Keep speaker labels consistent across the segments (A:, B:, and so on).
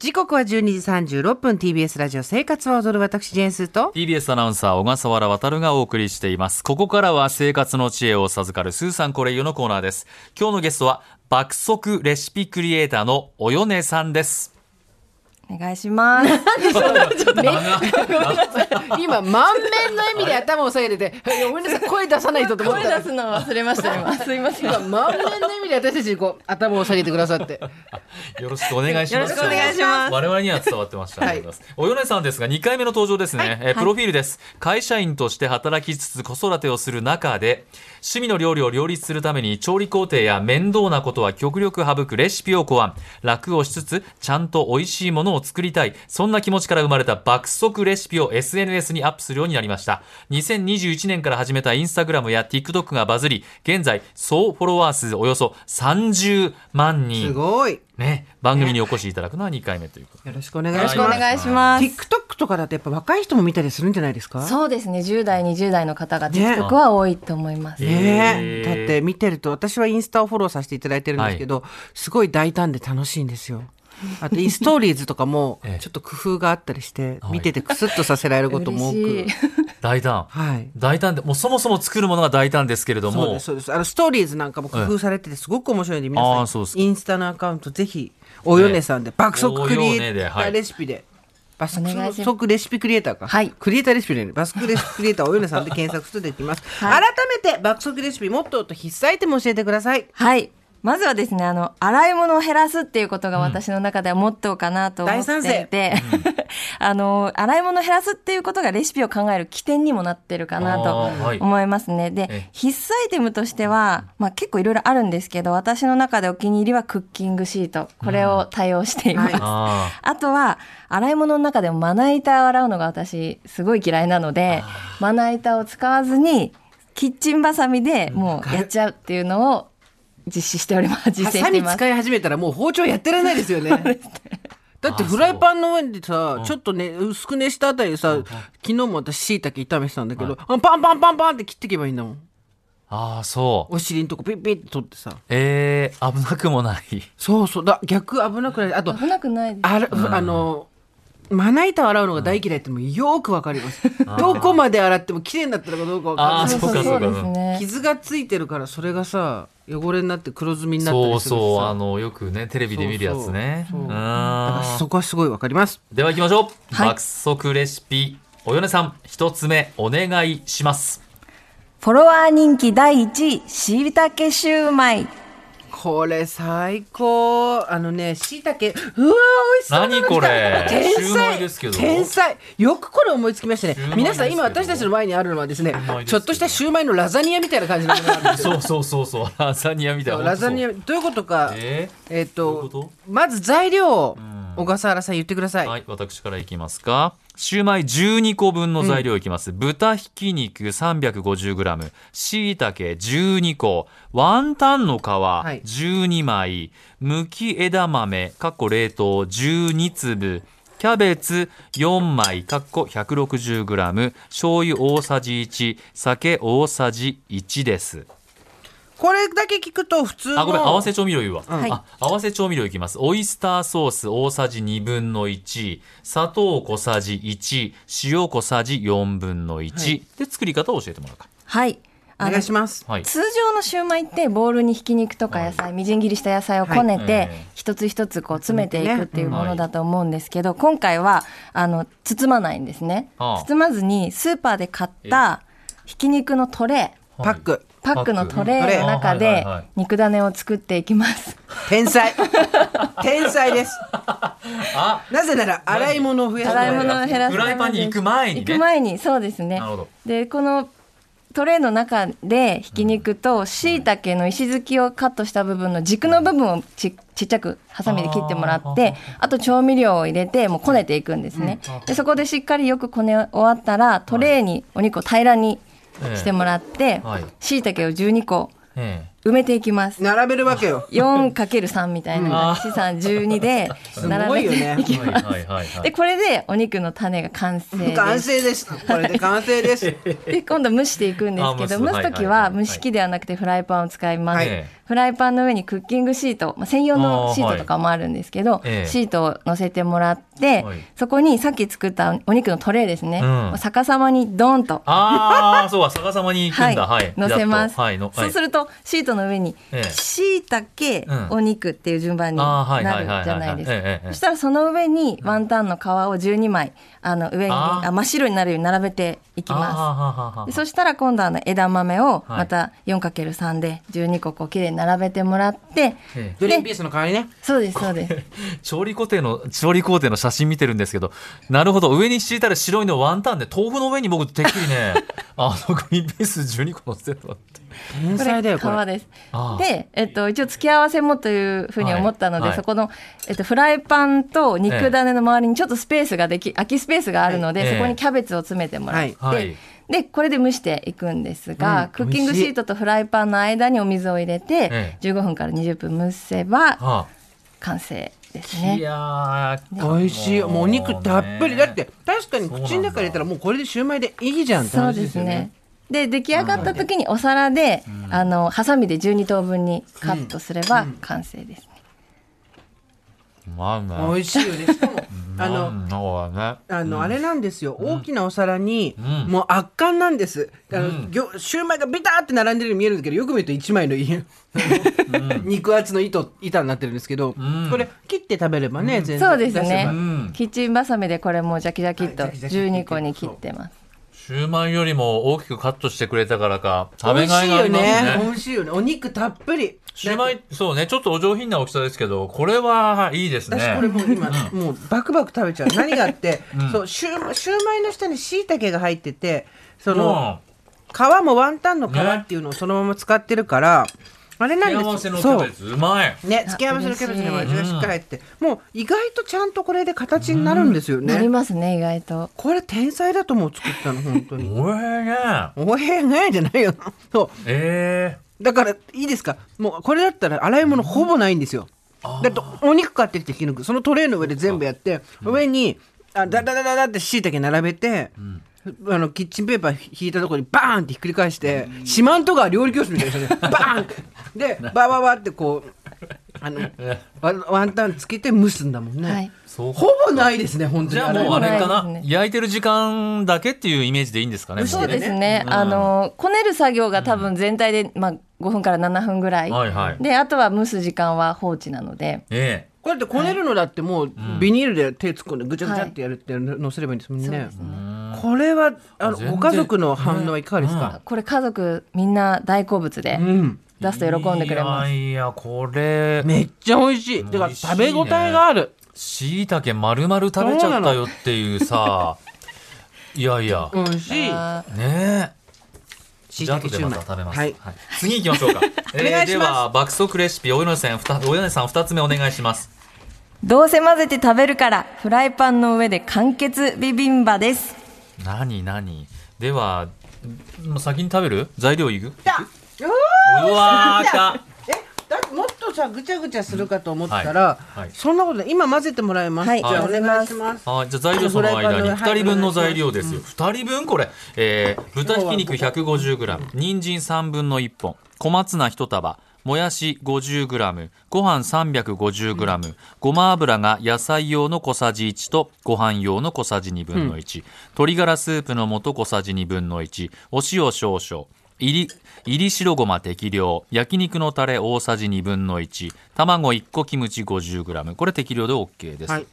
A: 時刻は12時36分 TBS ラジオ生活は踊る私ジェーンスーと
B: TBS アナウンサー小笠原渉がお送りしています。ここからは生活の知恵を授かるスーさんコレイヨのコーナーです。今日のゲストは爆速レシピクリエイターのおよねさんです。
C: お願いします。
D: 今満面の笑みで頭を下げててえごめんなさい声出さないとと思っ
C: 声
D: たら
C: 出すの忘れました今。 すいません。
D: 今満面の笑みで私たちにこう頭を下げてくださって
B: よろしくお願いします。
C: よろしくお願いします
B: 我々には伝わってました。ありがとうございますおよねさんですが、2回目の登場ですね。えープロフィールです。会社員として働きつつ子育てをする中で、趣味の料理を両立するために調理工程や面倒なことは極力省くレシピを考案。楽をしつつ、ちゃんと美味しいものを作りたい。そんな気持ちから生まれた爆速レシピを SNS にアップするようになりました。2021年から始めたインスタグラムや TikTok がバズり、現在総フォロワー数およそ30万人。
A: すごい
B: ね、番組にお越しいただくのは2回目ということで
A: よろしくお願い
C: よろし
A: し
C: くお
A: ます、
C: 願いします。
A: TikTok とかだとやっぱ若い人も見たりするんじゃないですか
C: そうですね。10代20代の方が
A: ね
C: TikTok は多いと思います。
A: ねえ
B: へえ
A: だって見てると私はインスタをフォローさせていただいてるんですけど、すごい大胆で楽しいんですよあとインストーリーズとかも
B: ええ
A: ちょっと工夫があったりして
B: はい
A: 見ててクスッとさせられることも多く
C: 嬉しい。
B: 大胆。
A: はい
B: 大胆で、もうそもそも作るものが大胆ですけれど
A: そう
B: も
A: で、すそうですあのストーリーズなんかも工夫されててすごく面白いんで皆
B: あ
A: さ
B: ーそうです
A: ん
B: か
A: インスタのアカウントぜひおよねさんで爆速クリエイ
B: およねで
A: タ
B: は
A: ー
B: い
A: レシピで爆
C: お願いします
A: 速レシピクリエイターか、
C: はい
A: クリエイターレシピで爆速レシピクリエイターおよねさんで検索するとできます、
C: は
A: 改
C: い
A: めて爆速レシピもっとと必須アイテム教えてください
C: はい。まずはですね、あの、洗い物を減らすっていうことが私の中ではモットーかなと思っていて、 あの、洗い物を減らすっていうことがレシピを考える起点にもなってるかなと
B: あーはい
C: 思いますね。
B: え
C: で
B: え、
C: 必須アイテムとしては、まあ結構いろいろあるんですけど、私の中でお気に入りはクッキングシート。これを対応しています。
B: あ
C: あとは、洗い物の中でもまな板を洗うのが私、すごい嫌いなので、まな板を使わずに、キッチンバサミでもうやっちゃうっていうのを実施しております。実
A: ハ
C: 践し
A: サ
C: てい
A: ミ
C: ます。
A: 使い始めたらもう包丁やってられないですよね。だってフライパンの上でさ、ちょっとね、薄く熱したあたりでさ、昨日も私椎茸炒めてたんだけど、あパンパンパンパンって切っていけばいいんだもん。
B: あー、そう。
A: お尻のとこピッピッって取ってさ。
B: えー、危なくもない。
A: そうそう、だ逆危なくない。あと、
C: 危なくないです。
A: あらあの、まな板を洗うのが大嫌いってもうよくわかります。どこまで洗っても綺麗になったのかどうかわかん
B: あ
A: な
B: ー
A: い。
B: そうかそうか
C: そうですね。
A: 傷がついてるからそれがさ、汚れになって黒ずみになった
B: そう
A: りするしさ。
B: そう、あの、よくね、テレビで見るやつね。
A: そううそうそうんそこはすごいわかります。
B: では行きましょう。
C: はい
B: 爆速レシピ、およねさん、一つ目、お願いします。
C: フォロワー人気第1位、しいたけシューマイ。
A: これ最高あのねしいたけうわ美味しそうなの
B: 何これ
A: 天
B: シューマイ
A: 才
B: ですけど
A: 天才よくこれ思いつきましたね
B: シューマイ
A: 皆さ
B: です
A: ん
B: け
A: 今
B: ど
A: 私たちの前にあるのはですね
B: ーマイですけど
A: ちょっとしたシューマイのラザニアみたいな感じのものなんですよ
B: そうそうそうそう、 ラザニアみたいな。
A: ラザニ
B: ア。
A: アどういうことか
B: え
A: えっ
B: どういうことと
A: まず材料を
B: ん
A: 小笠原さん言ってくださ
B: ー
A: い
B: はい、私からいきますか。シューマイ12個分の材料いきます。豚ひき肉 350g、しいたけ12個、ワンタンの皮
A: い
B: 12枚、むき枝豆、かっこ冷凍12粒、キャベツ4枚、かっこ 160g、醤油大さじ1、酒大さじ1です。
A: これだけ聞くと普通
B: あ、ごめん、合わ
A: の
B: せ調味料言うわ。
C: はい
B: あ、合わせ調味料いきます。オイスターソース大さじ2分の1、砂糖小さじ1、塩小さじ4分の1、で、作り方を教えてもらうか。
C: はい。
A: お
C: あの
A: 願いします
B: はい。
C: 通常のシューマイってボウルにひき肉とか野菜、みじん切りした野菜をこねて、
B: はい
C: 一つ一つこう詰めていくっていうものだと思うんですけど、今回はあの包まないんですね、
B: ああ
C: 包まずにスーパーで買ったひき肉のトレイ
A: パック
C: パックのトレイの中
B: はいはい
C: で
B: はいはい
C: 肉ダネを作っていきます。
A: 天 才天才です
B: あ、
A: なぜなら洗い物を増やすのが
C: 洗い物を減らす
B: フライパンに行く前にね
C: 行く前にそうですね
B: なるほど
C: でこのトレイの中でひき肉としいたけの石突きをカットした部分の軸の部分をちちっちゃくハサミで切ってもらってあと調味料を入れてもうこねていくんですね、でそこでしっかりよくこね終わったらトレイにお肉を平らにしてもらって
B: はい
C: しいたけを12個
B: え
C: 埋めていきます
A: 並べるわけ よ
C: 4×3 みたいな432で
A: ごい
C: 並べ
A: よ
C: て
A: ね
C: いき
B: えはいは
C: ます。
B: いはいは
C: で
B: い。
C: これでお肉の種が完成です
A: 完成ですこれで完成です
C: で今度蒸していくんですけ
B: あ
C: ど
B: 蒸す
C: 蒸
B: はいは
C: す時
B: い
C: は
B: はい
C: 蒸し器ではなくてフライパンを使います、
A: はい
B: え
C: フライパンの上にクッキングシート、まあ、専用のシートとかもあるんですけど、
B: ええ
C: シートを乗せてもらって、
B: はい
C: そこにさっき作ったお肉のトレーですね、
B: うん
C: 逆さまにドーンと、
B: ああ、そうか、逆さまに行く
C: は
B: ん
C: い
B: だ。はい。
C: 乗せます、
B: はい、の、は
C: そう
B: い
C: す。るとシートの上に
B: ええ
C: しいたけ
B: うん
C: お肉っていう順番に
B: あーはい
C: なる
B: はいはいはいはい
C: じゃないです
B: ええええええ
C: かそしたらその上にワンタンの皮を12枚あの上に
B: あー
C: あ真っ白になるように並べていき
B: あーは
C: ます。
B: はは
C: でそしたら今度はあの枝豆を
B: はい
C: また 4×3 で12個こうきれいに並べてもらって、
B: え
A: グリーンピースの代わりね
C: そうですそうです
B: 調理工程の、調理工程の写真見てるんですけど、なるほど、上に敷いたら白いのワンタンで、豆腐の上に僕、てっきり ね、あの、グリーンピース12個乗せてるのって。
A: 天才だよこれ
C: 皮です
B: あー
C: で、えっと、一応付け合わせもというふうに思ったので、
B: はいはい
C: そこの、えっと、フライパンと肉ダネの周りにちょっとスペースができ空きスペースがあるので、
B: はい
C: そこにキャベツを詰めてもらって、
B: はいはい
C: でこれで蒸していくんですが、クッキングシートとフライパンの間にお水を入れて、
B: え
C: 15分から20分蒸せば
B: あ
C: 完成です
B: ー。い
C: ね。
B: やー
A: 美味しいもうお肉たっぷりだっ。て確かに
B: そうなんだ
A: 口の中入れたらもうこれでシューマイでいいじゃんって
C: そう
A: 話
C: で
A: です
C: す
A: よね
C: ね。で出来上がった時にお皿で、あのハサミで12等分にカットすれば完成ですね。
B: まあまあ。
A: 美味しいよねしかもあの
B: なんだろうね。
A: あの、あれなんですよ、大きなお皿に、
B: ん
A: もう圧巻なんです。あの、ぎょシューマイがビターって並んでるように見えるんですけど、よく見ると一枚のい 肉厚の糸、板になってるんですけど、
B: ん
A: これ切って食べればね、全然。
C: そうですね
A: 出せば
B: うん。
C: キッチンバサミでこれもうジャキジャキっと
A: はいジャキジャキ
C: 12個に切ってます。
B: シューマイよりも大きくカットしてくれたからか、食
A: 美
B: べ
A: 味
B: が
A: し
B: い
A: い
B: があ
A: よ
B: ります
A: ね。美
B: ね。
A: 味しいよね。お肉たっぷり。
B: シューマイ、そうね、ちょっとお上品な大きさですけど、これはいいですね。
A: 私これもう今、もうバクバク食べちゃう。何があ って、そう、シューマイ、シューマイの下に椎茸が入ってて、その、皮もワンタンの皮っていうのをそのまま使ってるから、あれ
B: う、
A: なんん
B: 付
A: です
B: け合わせのキャベツ、うまい。
A: ね、付け合わせのキャベツにも味がしっかり入って、もう意外とちゃんとこれで形になるんですよ
C: なり
A: ね。
C: ますね意外と。
A: これ天才だと思う作ったの本当に。
B: おいね。
A: おへえないじゃないよ。そ
B: え
A: う。だからいいですか。もうこれだったら洗い物ほぼないんですよ。だってお肉買ってきてひき肉そのトレーの上で全部やって、上にあダダダダダって椎茸並べて。あのキッチンペーパー引いたところにバーンってひっくり返して四万十川料理教室みたいな人ねバ ーンでバババってこうあのワワンタンつけて蒸すんだもんね、
C: はい。
B: ー、そう。
A: ほぼないですね、本当
B: じ
A: に。
B: ゃあもうあれかな、
C: ないですね
B: 焼いてる時間だけっていうイメージでいいんですかね。
C: そうです
B: も
C: ね。あのこねる作業が多分全体でまあ5分から7分ぐらい。
B: はいはい
C: であとは蒸す時間は放置なので。
B: うねえ
A: これってこねるのだってもうビニールで手突っ込んでぐちゃぐちゃってやるってのせればいいんですもんね。これはあの
B: 全然
A: ご家族の反応はいかがですか。
C: これ家族みんな大好物で
A: うん、
B: え。
C: 出すと喜んでくれます。
B: いやいや、これ、
A: めっちゃ美味しい。だから食べ応えがある。
B: しいたけ丸々食べちゃったよっていうさ、いやいや、
A: 美味しい。
C: あ
B: ねえ。
A: 椎
B: じゃあ
A: 茸
B: 後で
A: シュー
B: ま
A: マ
B: た
A: イ
B: 食べます。
A: は
B: はいい。次行きましょうか。
A: お願いします
B: では、爆速レシピ、およねさんふた、およねさん二つ目お願いします。
C: どうせ混ぜて食べるからフライパンの上で完結ビビンバです。
B: 何何では、んもう先に食べる材料いく
A: じゃあ
B: うわー、か。
A: え、だってもっとさぐちゃぐちゃするかと思った
B: は
A: ら
B: いはい、
A: そんなことない。今混ぜてもらいます。
C: はい
A: じゃあお願いします。
B: あじゃあ材料その間に
A: フライパンの
B: 2人分の材料ですよ、2人分これ、えー豚ひき肉 150g 人参3分の1本小松菜1束もやし 50g ご飯 350g、ごま油が野菜用の小さじ1とご飯用の小さじ2分の1、鶏ガラスープの素小さじ1分の1お塩少々入り入り白ごま適量焼肉のタレ大さじ1分の1卵1個キムチ 50g これ適量で OK です、
A: はい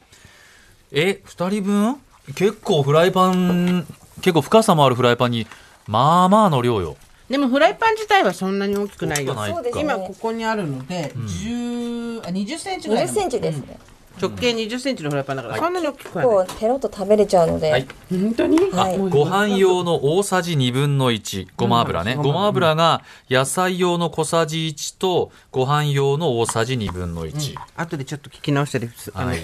B: え2人分結構フライパン結構深さもあるフライパンにまあまあの量よ
A: でもフライパン自体はそんなに大きくないよ
B: 大きくないかそうですね
A: 今ここにあるので、10あ20センチぐらいの
C: チですね。
A: 直径20センチのフライパンだから、そんなに大きくはない。
C: こうペロッと食べれちゃうので。
B: はい
A: 本当に
B: あご飯用の大さじ1分の1ごま油ね
A: うん
B: ごま油が野菜用の小さじ1とご飯用の大さじ1分の1、
A: 後でちょっと聞き直してです、あの
B: はい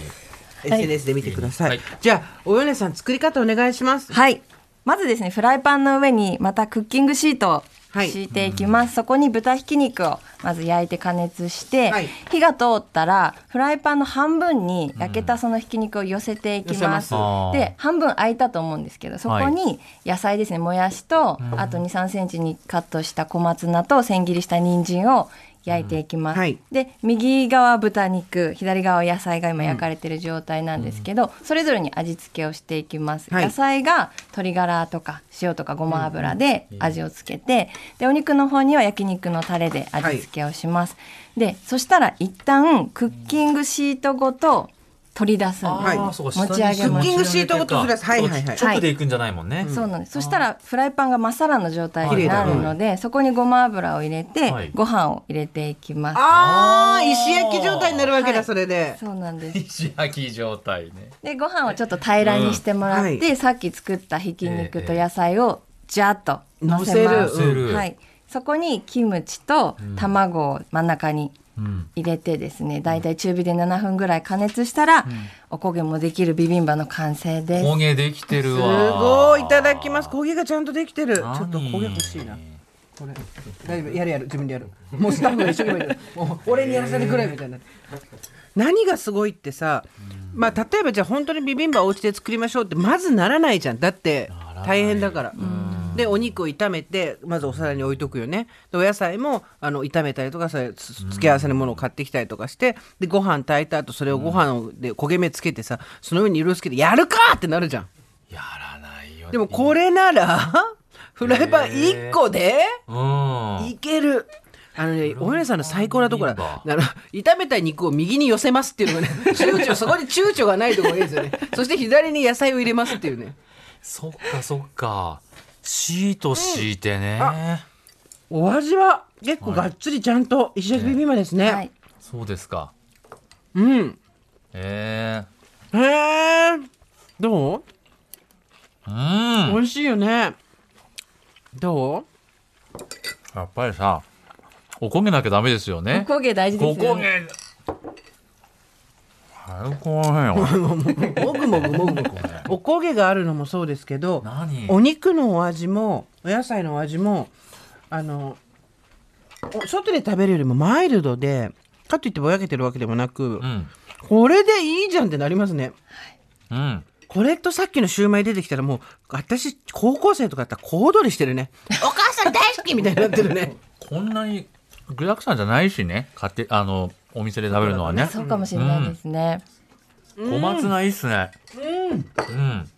A: SNS で見てください、
B: はい
A: じゃあおよねさん作り方お願いします
C: はい。まずですね、フライパンの上にまたクッキングシートを
A: はい
C: 敷いていきます。そこに豚ひき肉をまず焼いて加熱して、
A: はい
C: 火が通ったら、フライパンの半分に焼けたそのひき肉を寄せていきます。
B: 寄せます
C: で、半分空いたと思うんですけど、そこに野菜ですね、もやしと、あと2、3センチにカットした小松菜と千切りした人参を焼いていきます。
A: うんはい
C: で右側豚肉左側野菜が今焼かれてる状態なんですけど、それぞれに味付けをしていきます、
A: はい
C: 野菜が鶏ガラとか塩とかごま油で味をつけて、でお肉の方には焼肉のタレで味付けをします、でそしたら一旦クッキングシートごと取り出すんです、
A: はい
B: あーそうか
C: 持ち上げます
B: 下に
C: クッ
A: キングシートごとずらすはいはいはい
B: ちょっと直で行くんじゃないもんね。
C: そうなんですそしたらフライパンがまっさらの状態になるので、そこにごま油を入れて、
B: はい
C: ご飯を入れていきます
A: ああ
B: あー
A: 石焼き状態になるわけだ、
C: はい
A: それで
C: そうなんで す
B: 石焼き状態ね。
C: でご飯をちょっと平らにしてもらって、
A: うんは
C: さっき作ったひき肉と野菜をジャーッとのせ
A: 乗
C: ま
A: せ
C: す、
A: る
B: うん
C: はい、そこにキムチと卵を真ん中に
B: うん。
C: 入れてですねだいたい中火で7分ぐらい加熱したら、お焦げもできるビビンバの完成です
B: 焦げできて
A: す
B: るわ。
A: ごいいただきます。焦げがちゃんとできてるちょ
B: 何
A: っと焦げ欲しいなこれ大丈夫やるやる自分でやるもうスタッフが一生懸命やるもう 俺にやらせてくれみたいな何がすごいってさまあ例えばじゃあ本当にビビンバお家で作りましょうってまずならないじゃんだって大変だからでお肉を炒めてまずお皿に置いとくよねでお野菜もあの炒めたりとかそれつ付け合わせのものを買ってきたりとかしてでご飯炊いた後それをご飯で焦げ目つけてさその上に色つけてやるかってなるじゃん
B: やらないよ。
A: でもこれならフライパン1個で
B: うん。
A: いける。あのね、おやねさんの最高なところ
B: ビ
A: は、あの、炒めた肉を右に寄せますっていうのがね、 躊躇、そこに躊躇がないところがいいですよね。そして左に野菜を入れますっていうね。
B: そっかそっか。シート敷いてね。
A: お味は結構がっつりちゃんと石焼きビビンバですね。
C: はい、
B: そうですか。
A: うん。
B: え
A: へえ。どう、
B: えうん。
A: 美味しいよね。ど
B: やっぱりさ、お焦げなきゃダメですよ
C: お
B: ね。
C: 焦げ大事
B: お
C: ですよ
B: 焦
C: ね
B: げ。最高だよ。
A: う もぐもぐもぐもぐ。お焦げがあるのもそうですけど、
B: 何
A: お肉のお味もお野菜のお味もあのお外で食べるよりもマイルドでかといってぼやけてるわけでもなく、
B: うん。
A: これでいいじゃんってなりますね
B: うん。
A: これとさっきのシューマイ出てきたらもう私高校生とかだったら小躍りしてる ねお母さん大好きみたいになってるね
B: こんなに具沢山じゃないしね。買って、あの、お店で食べるのはね。
C: そうかもしれないですね、
B: 小松菜いいっすね。うん。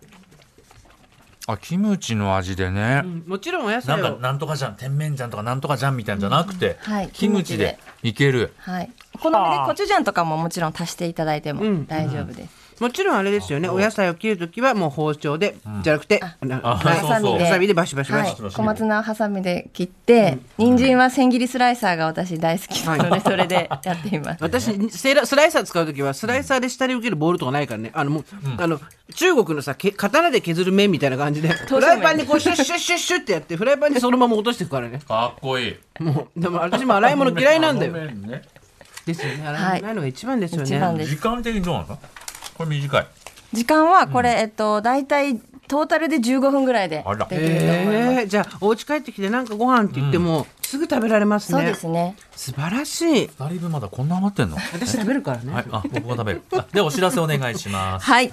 B: あ、キムチの味でね。
A: もちろんお野
B: な
A: 菜
B: んか、
A: を
B: なんとかじゃん、甜麺醤とかなんとかじゃんみたいなんじゃなくて、
C: うんはい
B: キムチで
C: キ
B: いける。
C: はい、お好みでコチュジャンとかももちろん足していただいて
A: うん
C: も大丈夫です、
A: もちろんあれですよねお野菜を切るときはもう包丁で、じゃなくてな
B: あ
A: はい
B: ハ
C: サミで
A: ハサミでバシバシバ
C: は
A: シ、
C: い、小松菜をハサミで切って、人参は千切りスライサーが私大好きなので、それでやっています。
A: 私セーラスライサー使う時はスライサーで下に受けるボールとかないからねあのもう、あの中国のさけ刀で削る面みたいな感じでフ
C: 面
A: ライパンにこうシュッシュッシュッシュッってやってフライパンにそのまま落としていくからね
B: かっこいい。
A: もうでも私も洗い物嫌いなんだ
B: あの
A: よ
B: 麺ね
A: ですよね洗い物
C: はい
A: ないのが一番ですよ
C: 一
A: ね、
C: 番です
B: 時。間的にどうなのこれ短い。
C: 時間はこれ、えっと、大体トータルで15分ぐらいで
B: あら
C: できると思います。
A: えー、じゃあお家帰ってきてなんかご飯って言っても、すぐ食べられますね
C: そうですね。
A: 素晴らしい
B: 二人分まだこんな余ってんの
A: 私食べるからね、
B: はい、あ、僕が食べる。あではお知らせお願いします。
C: はい。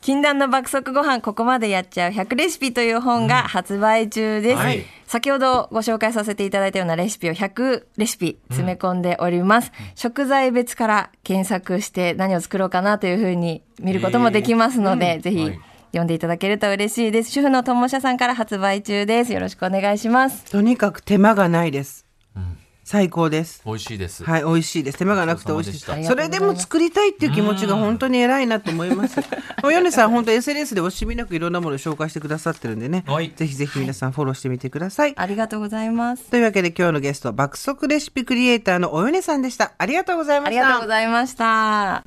C: 禁断の爆速ご飯ここまでやっちゃう100レシピという本が発売中です。
B: はい
C: 先ほどご紹介させていただいたようなレシピを100レシピ詰め込んでおります。食材別から検索して何を作ろうかなというふうに見ることもできますので、ぜひ
B: はい
C: 読んでいただけると嬉しいです。主婦の友社さんから発売中です。よろしくお願いします。
A: とにかく手間がないです、最高です
B: 美味しいです。
A: はい、美味しいです。手間がなくて美味しい
B: ごちそうさま
C: でした
A: それでも作りたいっていう気持ちが本当に偉いなと思い ます。およねさん、本当 SNS で惜しみなくいろんなものを紹介してくださってるんでね
B: はい。
A: ぜひぜひ皆さんフォローしてみてください。
C: ありがとうございます。
A: というわけで今日のゲスト、爆速レシピクリエイターのおよねさんでした。ありがとうございま
C: あ
A: し
C: り
A: た。
C: がとうございました。